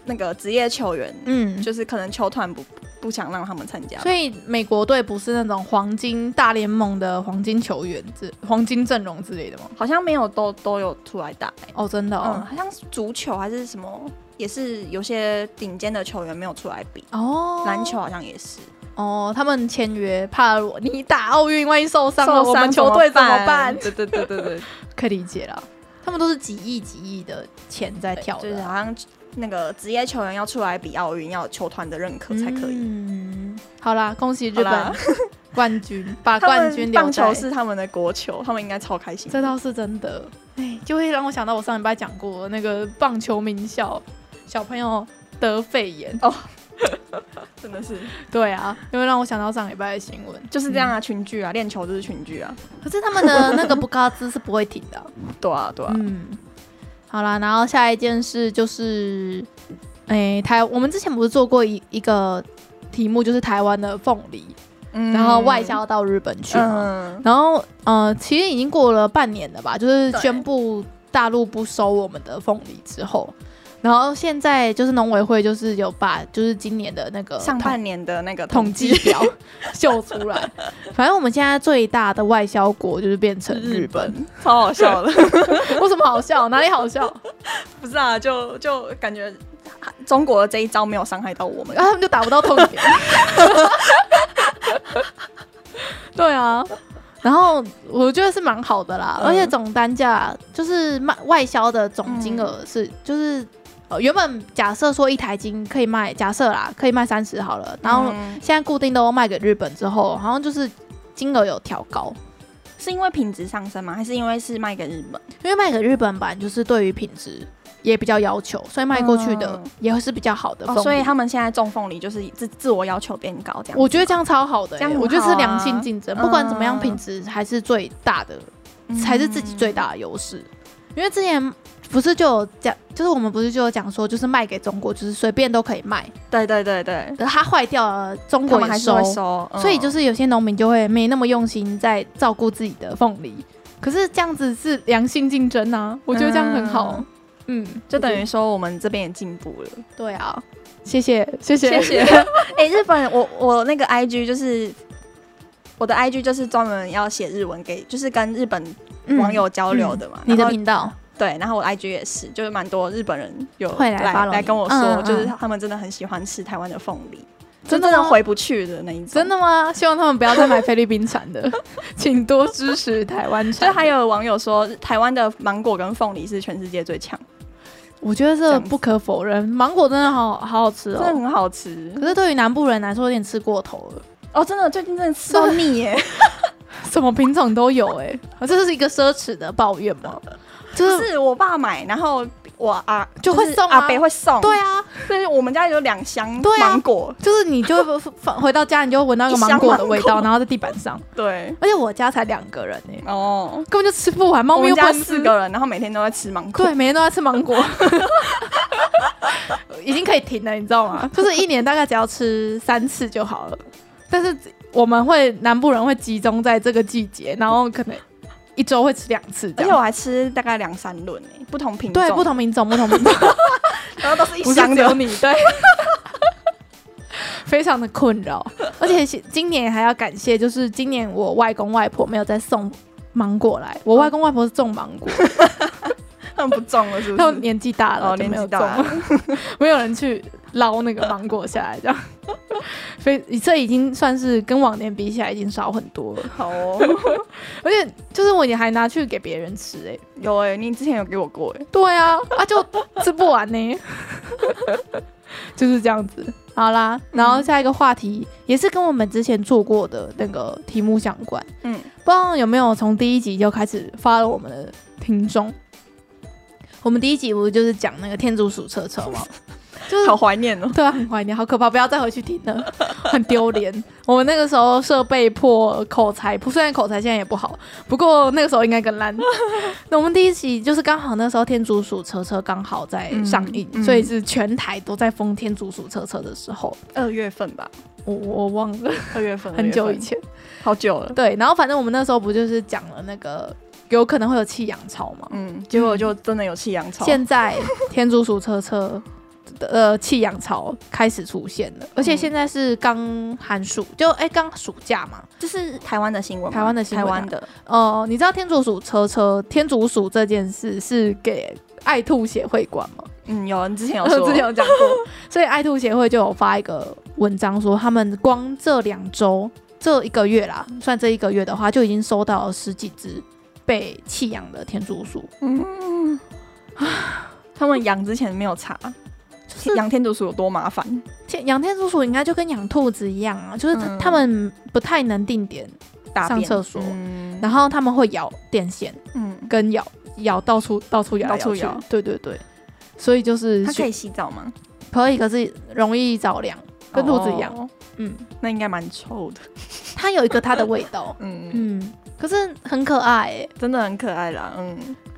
B: 那个职业球员，
A: 嗯，
B: 就是可能球团不不想让他们参加，
A: 所以美国队不是那种黄金大联盟的黄金球员之黄金阵容之类的吗？
B: 好像没有都都有出来打、欸。
A: 哦，真的
B: 嗯，
A: 哦，
B: 好像是足球还是什么，也是有些顶尖的球员没有出来比，
A: 哦，
B: 篮球好像也是。
A: 哦，他们签约怕我你打奥运，万一受伤了，我
B: 受伤
A: 们球队怎么办
B: 办？？对对对对 <laughs> 对，
A: 可以理解了，他们都是几亿几亿的钱在跳
B: 就是
A: 的啊，
B: 好像那个职业球员要出来比奥运，要有球团的认可才可以。
A: 嗯，好啦，恭喜日
B: 好啦
A: 本冠 <laughs> 军，把
B: 他
A: 冠
B: 们
A: 军留
B: 棒
A: 在
B: 球，是他们的国球，他们应该超开心。
A: 这倒是真的。哎，就会让我想到我上礼拜讲过的那个棒球名校小朋友得肺炎，
B: 真的是
A: 对啊，就会让我想到上礼拜的新闻，
B: 就是这样啊，群聚啊，练球就是群聚啊。
A: 可是他们的那个不告知是不会停的啊、
B: 对啊对啊，
A: 嗯，好啦，然后下一件事就是，诶，台我们之前不是做过一一个题目，就是台湾的凤梨，
B: 嗯
A: 然后外销到日本去嘛。
B: 嗯
A: 然后，呃，其实已经过了半年了吧，就是
B: 对
A: 宣布大陆不收我们的凤梨之后，然后现在就是农委会就是有把就是今年的那个
B: 上
A: 统
B: 半年的那个
A: 统计
B: <laughs>
A: 表秀出来，反正我们现在最大的外销国就是变成日本，
B: 超好笑 <laughs> 的，
A: 为什么好笑？哪里好笑？
B: 不是啊，就就感觉啊中国的这一招没有伤害到我们
A: 然。后他们就打不到痛
B: <laughs>
A: 点。对啊，然后我觉得是蛮好的啦，
B: 嗯
A: 而且总单价就是卖外销的总金额是、
B: 嗯
A: 就是、呃、原本假设说一台斤可以卖，假设啦可以卖三十好了，然后
B: 嗯
A: 现在固定都卖给日本之后，好像就是金额有调高。
B: 是因为品质上升吗？还是因为是卖给日本？
A: 因为卖给日本版就是对于品质也比较要求，所以卖过去的
B: 嗯
A: 也是比较好的风、
B: 哦，所以他们现在种凤梨就是自自我要求变高，这样子。
A: 我觉得这样超好的欸、
B: 这样很
A: 我觉得是
B: 好啊
A: 良性竞争，不管怎么样，
B: 嗯
A: 品质还是最大的，
B: 嗯
A: 才是自己最大的优势。因为之前不是就有讲，就是我们不是就有讲说，就是卖给中国，就是随便都可以卖，
B: 对对对对，
A: 可是它坏掉了，中
B: 他
A: 国
B: 们
A: 也
B: 还是
A: 收
B: 会，收，嗯
A: 所以就是有些农民就会没那么用心在照顾自己的凤梨。可是这样子是良性竞争啊，我觉得这样很好
B: 嗯。
A: 嗯，
B: 就等
A: 我觉
B: 于说我们这边也进步了。
A: 得对啊，谢谢谢谢
B: 谢谢。 <laughs> 哎、日本人，我我那个 IG 就是我的 IG 就是专门要写日文给，就是跟日本
A: 嗯
B: 网友交流嗯的嘛。
A: 你的
B: 然后
A: 频道。
B: 对，然后我 IG 也是，就是蛮多日本人有
A: 会来
B: 来
A: follow 你
B: 跟我说，
A: 嗯嗯嗯
B: 就是他们真的很喜欢吃台湾的凤梨，
A: 真的
B: 真的
A: 吗
B: 回不去的那一种。
A: 真的吗？希望他们不要再买菲律宾产 <laughs> 的，请多支持台湾产
B: 就
A: 的。
B: 还有网友说，台湾的芒果跟凤梨是全世界最强，
A: 我觉得这不可否认，芒果真的好好好吃
B: 真的
A: 哦。
B: 很好吃
A: 可是对于南部人来说，有点吃过头了。
B: 哦！真的，最近真的 <laughs> 吃到腻耶，
A: 什么品种都有哎、啊这是一个奢侈的抱怨吗？就
B: 就是是我爸买，然后我啊
A: 就会送啊
B: 阿北会送，
A: 对，啊，
B: 所以我们家有两箱
A: 对啊
B: 芒果，
A: 就是你就会放回到家，你就会闻到一个芒果的味
B: 一箱
A: 道，
B: 芒果
A: 然后在地板上。
B: 对，
A: 而且我家才两个人哎、
B: 哦，
A: 根本就吃不完。猫
B: 我
A: 咪
B: 们
A: 又不
B: 家
A: 能吃
B: 四个人，然后每天都在吃芒果，
A: 对，每天都在吃芒 <laughs> 果，已经可以停了，你知道吗？ <laughs> 就是一年大概只要吃三次就好了。但是我们会南部人会集中在这个季节，然后可能一周会吃两次这
B: 而且我
A: 样。
B: 还吃大概两三轮诶，不同品种，
A: 对，不，同品种，不同品 <laughs> 种，
B: 然后都是一
A: 不
B: 箱
A: 是只有
B: 的，
A: 你对，非常的困扰。而且是今年还要感谢，就是今年我外公外婆没有再送芒果来，我外公外婆是种芒果，
B: 他们不种了，是不
A: 他们
B: 是？
A: 哦年纪大了，
B: 哦，
A: 就
B: 年
A: 没有
B: 纪大
A: 种了
B: 了，
A: 没有人去捞那个芒果下来，这样 <laughs> 非这已经算是跟往年比起来已经少很多了，<laughs>
B: 好哦，
A: 而且就是我也还拿去给别人吃哎、
B: 有哎、你之前有给我过哎、
A: 对啊，啊就吃不完呢， <laughs> 就是这样子。好啦，然后下一个话题、也是跟我们之前做过的那个题目相关，
B: 嗯，
A: 不知道有没有从第一集就开始发了我们的听众。我们第一集不是就是讲那个天竺鼠车车吗？就是
B: 好怀念哦。
A: <laughs> 对啊，很怀念，好可怕，不要再回去听了， <laughs> 很丢脸。我们那个时候设备破，口才破，虽然口才现在也不好，不过那个时候应该更 <laughs> 烂。那我们第一期就是刚好那时候天竺鼠车车刚好在上映，
B: 嗯嗯
A: 所以是全台都在封天竺鼠车车的时候，
B: 二月份吧，
A: 我我忘了，
B: 二月份，
A: 很久
B: 二月
A: 以
B: 份，
A: 前。
B: 好久了。
A: 对，然后反正我们那时候不就是讲了那个有可能会有弃养潮嘛？
B: 嗯，结果就真的有弃养草。
A: 现在天竺鼠车车的呃弃养潮开始出现了，而且
B: 嗯
A: 现在是刚寒暑，就哎刚、暑假嘛。
B: 这是台湾的新闻吗，
A: 台湾的新闻啊
B: 台湾的，
A: 哦、你知道天竺鼠车车天竺鼠这件事是给爱兔协会管吗？
B: 嗯，有你之前有
A: <laughs> 我
B: 说，
A: 之前有讲过，所以爱兔协会就有发一个文章说，他们光这两周这一个月啦，算这一个月的话，就已经收到了十几只被弃养的天竺鼠。
B: 嗯，他们养之前没有查，
A: 就是
B: 养天竺鼠有多麻烦，
A: 天养天竺鼠应该就跟养兔子一样啊，就是它
B: 嗯
A: 它们不太能定点，
B: 大便
A: 上厕所
B: 嗯
A: 然后它们会咬电线，
B: 嗯，
A: 跟咬咬到处到处咬来
B: 到处
A: 去
B: 咬，
A: 对对对，所以就是
B: 它可以洗澡吗？
A: 可以，可是容易着凉，跟兔子一样。
B: 哦
A: 嗯，
B: 那应该蛮臭的，，
A: 它有一个它的味道
B: <laughs> 嗯，
A: 嗯，可是很可爱、欸。
B: 真的很可爱啦，嗯。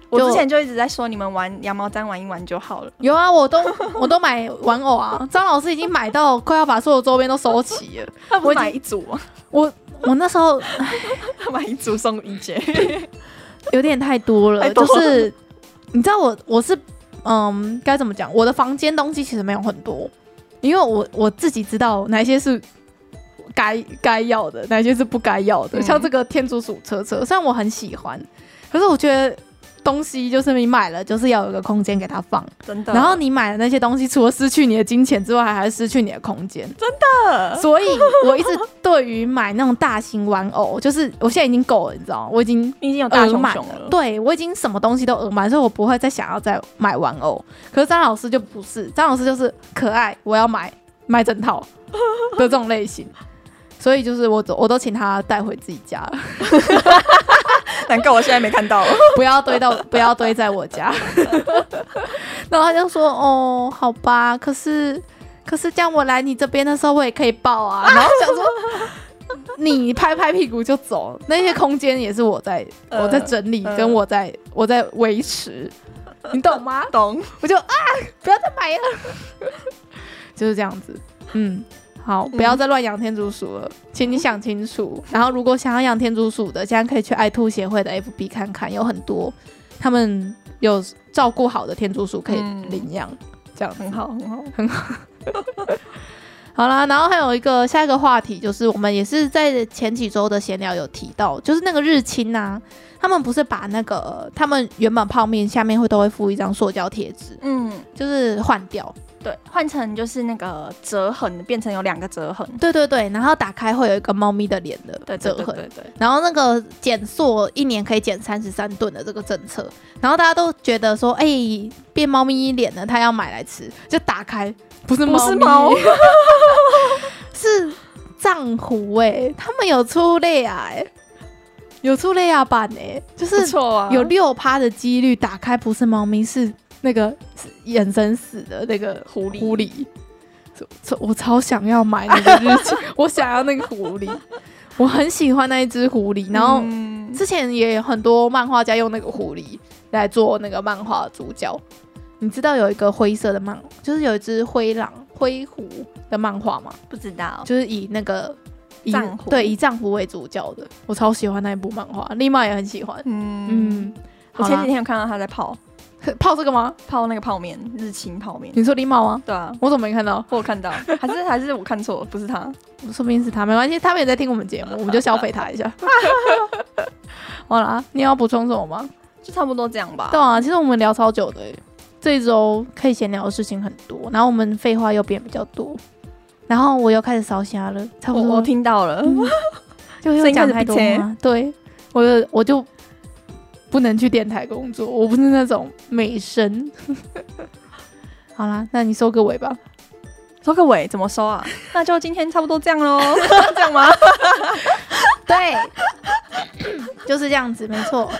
B: 我
A: 就
B: 之前就一直在说，你们玩羊毛毡玩一玩就好了。
A: 有啊，我
B: <laughs>
A: 都我都买玩偶啊，张老师已经买到快要把所有周边都收齐了。
B: 他
A: 我
B: 不
A: 已
B: 是
A: 经
B: 买一组吗？
A: 我我那时候
B: 他 <laughs> 买一组送
A: <laughs>
B: 一节。
A: 有点太多了，
B: 太多
A: 就
B: 了
A: 是你知道我我是嗯该怎么讲？我的房间东西其实没有很多，因为我我自己知道哪些是该该要的，哪些是不该要的。
B: 嗯
A: 像这个天竺鼠车车，虽然我很喜欢，可是我觉得东西就是你买了就是要有一个空间给它放，
B: 真的。
A: 然后你买的那些东西除了失去你的金钱之外，还还失去你的空
B: <laughs>
A: 间。 <laughs>
B: 的
A: 所以我一直对于买那种大型玩偶，就是我现在已经够了，你知道吗？我已经
B: 你已经有大
A: 额
B: 熊
A: 满
B: 熊
A: 了
B: 了，
A: 对我已经什么东西都额满，所以我不会再想要再买玩偶。可是张老师就不是，张老师就是可爱，我要买买整套的这种类型。所以就是我都我都请他带回自己家了，
B: 难怪我现在没看
A: <laughs>
B: 到了。
A: 不要堆到不要堆在我家。 <laughs> 然后他就说：“哦，好吧，可是可是这样我来你这边的时候，我也可以抱
B: <laughs>
A: 啊。”然后想说。你拍拍屁股就走，那些空间也是我在我在整理，
B: 呃
A: 跟我在我在维持，你懂吗？
B: 懂，
A: 我就啊，不要再买了， <laughs> 就是这样子。嗯，好，不要再乱养天竺鼠了，请你想清楚。然后，如果想要养天竺鼠的，现在可以去爱兔协会的 FB 看看，有很多他们有照顾好的天竺鼠可以
B: 嗯
A: 领养，这样子
B: 很好，很好。
A: 好啦，然后还有一个下一个话题，就是我们也是在前几周的闲聊有提到，就是那个日清啊，他们不是把那个他们原本泡面下面会都会附一张塑胶贴纸，
B: 嗯，
A: 就是换掉。
B: 对，换成就是那个折痕，变成有两个折痕。
A: 对对对，然后打开会有一个猫咪的脸的
B: 对
A: 折
B: 对
A: 痕。
B: 对对对，
A: 然后那个减塑一年可以减三十三吨的这个政策，然后大家都觉得说，哎、变猫咪脸了，他要买来吃，就打开，不是
B: 不
A: 猫 <laughs>
B: 是
A: 咪，
B: 猫 <laughs>
A: 是藏狐哎、他们有出类啊哎、有出类啊版哎、就是
B: 不错啊，
A: 有六趴的几率打开不是猫咪，是那个是眼神死的那个
B: 狐狸
A: 狐狸。我我超想要买那个日
B: <laughs>
A: 记，我想要那个狐狸，我很喜欢那一只狐狸。然后
B: 嗯
A: 之前也有很多漫画家用那个狐狸来做那个漫画主角。你知道有一个灰色的漫，就是有一只灰狼、灰狐的漫画吗？
B: 不知道，
A: 就是以那个以
B: 藏哦狐
A: 对以藏狐为主角的，我超喜欢那一部漫画，立马也很喜欢。
B: 嗯，
A: 嗯，
B: 我
A: 好
B: 前
A: 啦
B: 几天有看到他在泡
A: <laughs> 泡这个吗？
B: 泡那个泡面，日清泡面。
A: 你说狸猫吗？
B: 对啊，
A: 我怎么没看到？
B: 我有看 <laughs> 到，还是还是我看错，不是他。
A: 说不定是他，没关系，他们也在听我们节目，
B: <laughs>
A: 我们就消费他一下。 <laughs> 好啦，你要补充什么吗？
B: 就差不多这样吧
A: 对。啊，其实我们聊超久的欸，这一周可以闲聊的事情很多，然后我们废话又变比较多。然后我又开始烧瞎了，差
B: 我
A: 不多
B: 我听到了，
A: 嗯就
B: 所
A: 又
B: 以你开
A: 讲
B: 始
A: 太
B: 不
A: 多
B: 切
A: 吗？对，我就我就不能去电台工作，我不是那种美声。 <laughs> 好啦，那你收个尾吧。
B: <laughs> 收个尾怎么收啊？那就今天差不多这样 <laughs> 喽，这样吗？
A: 对，就是这样子，没错。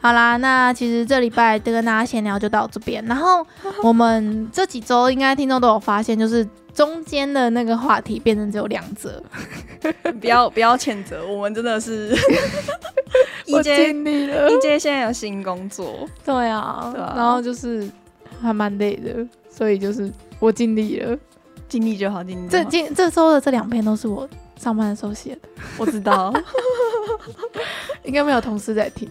A: 好啦，那其实这礼拜的跟大家闲聊就到这边，然后我们这几周应该听众都有发现，就是中间的那个话题变成只有两则，
B: 不要不要谴责，我们真的是 <laughs>
A: 我
B: EJ
A: 尽力了。
B: EJ 现在有新工作，
A: 对啊，
B: 对啊
A: 然后就是还蛮累的，所以就是我尽力了。
B: 尽力就好，尽力就
A: 这
B: 好。
A: 今这周的这两篇都是我上班的时候写的，
B: 我知道，
A: 应该没有同事在听。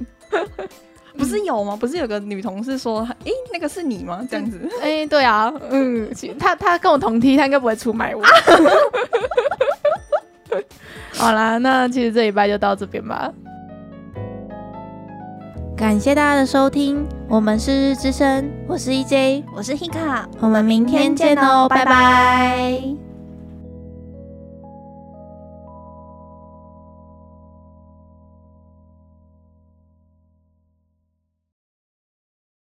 B: 不是有吗？不是有个女同事说，诶，那个是你吗？这样子，
A: 哎、对啊，嗯，其他他跟我同梯，他应该不会出卖我。 <laughs> 好啦，那其实这礼拜就到这边吧。
C: 感谢大家的收听，我们是日日之声，我是 EJ，
B: 我是 Hika，
C: 我们明天见哦，拜拜